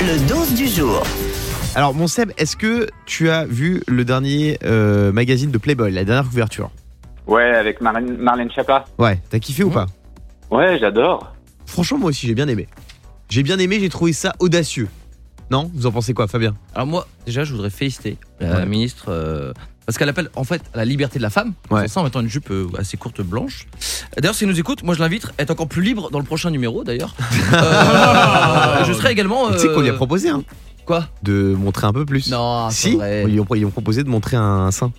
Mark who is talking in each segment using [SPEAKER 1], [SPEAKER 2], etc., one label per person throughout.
[SPEAKER 1] Le dose du jour.
[SPEAKER 2] Alors, mon Seb, est-ce que tu as vu le dernier euh, magazine de Playboy, la dernière couverture
[SPEAKER 3] Ouais, avec Marlène, Marlène Schiappa.
[SPEAKER 2] Ouais, t'as kiffé ou pas
[SPEAKER 3] Ouais, j'adore.
[SPEAKER 2] Franchement, moi aussi, j'ai bien aimé. J'ai bien aimé, j'ai trouvé ça audacieux. Non Vous en pensez quoi, Fabien
[SPEAKER 4] Alors moi, déjà, je voudrais féliciter la
[SPEAKER 2] Ouais.
[SPEAKER 4] ministre euh, parce qu'elle appelle en fait à la liberté de la femme.
[SPEAKER 2] Ouais.
[SPEAKER 4] C'est ça, en mettant une jupe euh, assez courte blanche. D'ailleurs, si elle nous écoute, moi je l'invite. Elle est encore plus libre dans le prochain numéro, d'ailleurs. Euh, je serai également.
[SPEAKER 2] Tu sais qu'on lui a
[SPEAKER 4] euh,
[SPEAKER 2] proposé hein,
[SPEAKER 4] quoi
[SPEAKER 2] de montrer un peu plus.
[SPEAKER 4] Non, ah, c'est
[SPEAKER 2] si,
[SPEAKER 4] vrai.
[SPEAKER 2] ils lui ont, ils lui ont proposé de montrer un sein.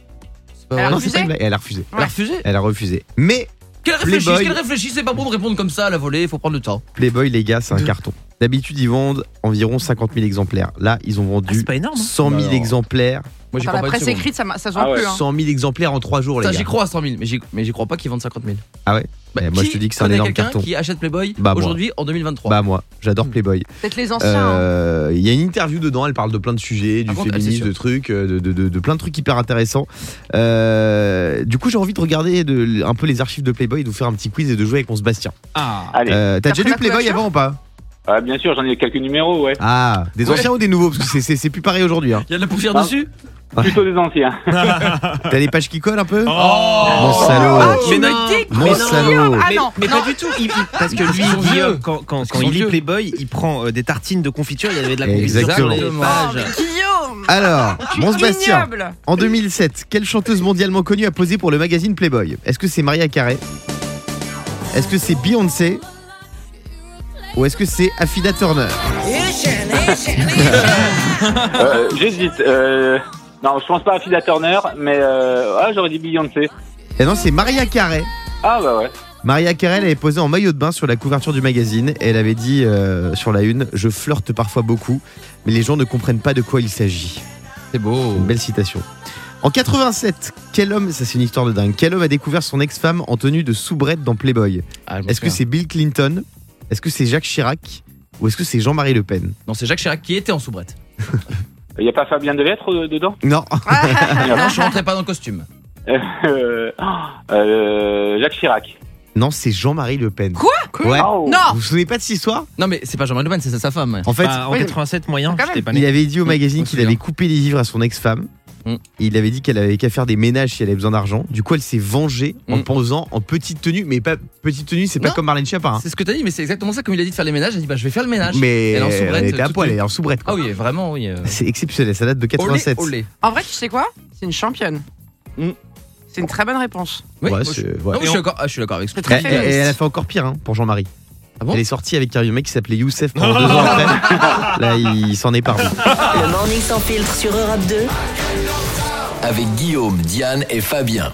[SPEAKER 4] C'est pas
[SPEAKER 5] Elle
[SPEAKER 4] vrai.
[SPEAKER 5] a
[SPEAKER 2] Euh, non, c'est
[SPEAKER 5] refusé
[SPEAKER 2] pas une blague. Elle a refusé.
[SPEAKER 4] Elle a refusé.
[SPEAKER 2] Elle a refusé. Mais
[SPEAKER 4] Qu'elle réfléchisse,
[SPEAKER 2] Playboy.
[SPEAKER 4] qu'elle réfléchisse. C'est pas bon de répondre comme ça à la volée. Il faut prendre le temps.
[SPEAKER 2] Playboy, les gars, c'est un
[SPEAKER 4] De-
[SPEAKER 2] carton. D'habitude, ils vendent environ 50 000 exemplaires. Là, ils ont vendu
[SPEAKER 1] pas énorme.
[SPEAKER 2] 100 000
[SPEAKER 4] Bah alors.
[SPEAKER 2] exemplaires.
[SPEAKER 4] Moi, j'y
[SPEAKER 5] Attends,
[SPEAKER 4] crois
[SPEAKER 5] la
[SPEAKER 4] pas. une
[SPEAKER 5] presse
[SPEAKER 4] seconde.
[SPEAKER 5] écrite, ça, m'a- ça se
[SPEAKER 3] Ah
[SPEAKER 5] vend
[SPEAKER 3] ouais.
[SPEAKER 5] plus. hein.
[SPEAKER 2] 100 000 exemplaires en 3 jours, les
[SPEAKER 4] Ça,
[SPEAKER 2] gars.
[SPEAKER 4] j'y crois à 100 000, mais j'y, mais j'y crois pas qu'ils vendent 50 000.
[SPEAKER 2] Ah ouais Eh, moi, je
[SPEAKER 4] qui
[SPEAKER 2] te dis que c'est un
[SPEAKER 4] connaît
[SPEAKER 2] énorme
[SPEAKER 4] quelqu'un
[SPEAKER 2] carton.
[SPEAKER 4] Qui achète Playboy
[SPEAKER 2] Bah, moi.
[SPEAKER 4] aujourd'hui en 2023
[SPEAKER 2] Bah moi, j'adore Playboy.
[SPEAKER 5] Peut-être les anciens. hein.
[SPEAKER 2] Euh, Il y a une interview dedans, elle parle de plein de sujets, du
[SPEAKER 4] Par contre, elle, c'est
[SPEAKER 2] féminisme,
[SPEAKER 4] sûr.
[SPEAKER 2] de trucs, euh, de, de- de- de plein de trucs hyper intéressants. Euh, du coup, j'ai envie de regarder de- un peu les archives de Playboy, de vous faire un petit quiz et de jouer avec mon Sébastien.
[SPEAKER 4] Ah.
[SPEAKER 3] Allez.
[SPEAKER 2] Euh, T'as
[SPEAKER 5] T'as
[SPEAKER 2] déjà
[SPEAKER 5] pris
[SPEAKER 2] lu
[SPEAKER 5] la
[SPEAKER 2] Playboy
[SPEAKER 5] couverture
[SPEAKER 2] avant ou pas
[SPEAKER 3] Ah, bien sûr, j'en ai quelques numéros, ouais.
[SPEAKER 2] Ah, des
[SPEAKER 4] Ouais.
[SPEAKER 2] anciens ou des nouveaux Parce que c'est- c'est c'est plus pareil aujourd'hui. hein.
[SPEAKER 4] Il y a de la poussière
[SPEAKER 5] Bah.
[SPEAKER 3] Ah.
[SPEAKER 4] dessus
[SPEAKER 3] Plutôt des anciens.
[SPEAKER 2] T'as les pages qui collent un peu
[SPEAKER 6] Oh
[SPEAKER 2] Mon
[SPEAKER 5] Ah,
[SPEAKER 2] salaud
[SPEAKER 5] tu
[SPEAKER 4] Mais
[SPEAKER 5] me
[SPEAKER 4] non.
[SPEAKER 5] dis-
[SPEAKER 2] Mon
[SPEAKER 5] mais non.
[SPEAKER 2] salaud
[SPEAKER 5] Ah
[SPEAKER 6] mais,
[SPEAKER 5] non,
[SPEAKER 6] mais
[SPEAKER 5] non.
[SPEAKER 6] pas du tout. il- il- parce que
[SPEAKER 4] Parce
[SPEAKER 6] lui,
[SPEAKER 4] qu'ils sont
[SPEAKER 6] Guillaume,
[SPEAKER 4] vieux.
[SPEAKER 6] quand, quand, quand
[SPEAKER 4] sont
[SPEAKER 6] il lit
[SPEAKER 4] vieux.
[SPEAKER 6] Playboy, il prend euh, des tartines de confiture. Il y avait de la confiture sur les
[SPEAKER 2] Exactement.
[SPEAKER 5] Oh, mais
[SPEAKER 6] pages.
[SPEAKER 5] Guillaume
[SPEAKER 2] Alors, mon Sébastien,
[SPEAKER 5] Ignoble
[SPEAKER 2] en 2007, quelle chanteuse mondialement connue a posé pour le magazine Playboy Est-ce que c'est Maria Carey Est-ce que c'est Beyoncé Ou est-ce que c'est Affida Turner
[SPEAKER 3] Euh, J'hésite. Euh... Non, je pense pas à Fida Turner, mais euh... ah, j'aurais dit Beyoncé.
[SPEAKER 2] Et Eh non, c'est Maria Carey.
[SPEAKER 3] Ah, bah ouais.
[SPEAKER 2] Maria Carey elle avait posé en maillot de bain sur la couverture du magazine et elle avait dit euh, sur la une Je flirte parfois beaucoup, mais les gens ne comprennent pas de quoi il s'agit.
[SPEAKER 4] C'est beau.
[SPEAKER 2] Une belle citation. En 87, quel homme, ça c'est une histoire de dingue, quel homme a découvert son ex-femme en tenue de soubrette dans Playboy
[SPEAKER 4] Ah, je m'en
[SPEAKER 2] Est-ce que
[SPEAKER 4] souviens.
[SPEAKER 2] c'est Bill Clinton Est-ce que c'est Jacques Chirac Ou est-ce que c'est Jean-Marie Le Pen
[SPEAKER 4] Non, c'est Jacques Chirac qui était en soubrette.
[SPEAKER 3] Y a pas Fabien Delettre euh, dedans
[SPEAKER 2] Non,
[SPEAKER 5] Ah.
[SPEAKER 4] non, je rentrais pas dans le costume.
[SPEAKER 3] euh... ah, euh... Jacques Chirac.
[SPEAKER 2] non, c'est Jean-Marie Le Pen.
[SPEAKER 5] Quoi
[SPEAKER 2] Ouais.
[SPEAKER 3] Oh.
[SPEAKER 5] Non
[SPEAKER 2] Vous vous souvenez pas de cette histoire
[SPEAKER 4] Non, mais c'est pas Jean-Marie Le Pen, c'est sa- sa femme.
[SPEAKER 2] En fait,
[SPEAKER 6] Bah, en
[SPEAKER 5] Oui.
[SPEAKER 6] 87, moyen,
[SPEAKER 5] Quand
[SPEAKER 6] j'étais pas né.
[SPEAKER 2] il avait dit au magazine
[SPEAKER 4] Mm. on se
[SPEAKER 2] qu'il avait
[SPEAKER 4] souvient.
[SPEAKER 2] coupé les vivres à son ex-femme.
[SPEAKER 4] Mm.
[SPEAKER 2] Et Il avait dit qu'elle avait qu'à faire des ménages si elle avait besoin d'argent. Du coup, elle s'est vengée en
[SPEAKER 4] Mm.
[SPEAKER 2] posant en petite tenue, mais pas petite tenue, c'est pas
[SPEAKER 4] Non.
[SPEAKER 2] comme Marlène Schiappa. hein.
[SPEAKER 4] C'est ce que t'as dit, mais c'est exactement ça. Comme il a dit de faire les ménages, il a dit bah je vais faire le ménage.
[SPEAKER 2] Mais
[SPEAKER 4] Elle est en soubrette,
[SPEAKER 2] elle était à
[SPEAKER 4] toute
[SPEAKER 2] poil,
[SPEAKER 4] nue.
[SPEAKER 2] elle est en soubrette. quoi.
[SPEAKER 4] Ah oui, vraiment, oui. euh.
[SPEAKER 2] C'est exceptionnel, ça date de
[SPEAKER 4] Olé,
[SPEAKER 2] 87.
[SPEAKER 4] olé.
[SPEAKER 5] En vrai, tu sais quoi C'est une championne.
[SPEAKER 4] Mm.
[SPEAKER 5] C'est une très bonne réponse.
[SPEAKER 4] Oui,
[SPEAKER 2] Ouais,
[SPEAKER 4] moi,
[SPEAKER 2] c'est-
[SPEAKER 4] je...
[SPEAKER 2] ouais.
[SPEAKER 4] Non, mais je suis d'accord. Ah, je suis d'accord avec ce que tu
[SPEAKER 2] Et-
[SPEAKER 4] dis.
[SPEAKER 2] et- et elle, a fait encore pire hein, pour Jean-Marie.
[SPEAKER 4] Ah bon
[SPEAKER 2] elle est sortie avec un mec qui s'appelait Youssef pendant deux ans après. Là, il s'en épargne.
[SPEAKER 1] Le morning sans filtre sur Europe 2.
[SPEAKER 7] avec Guillaume, Diane et Fabien.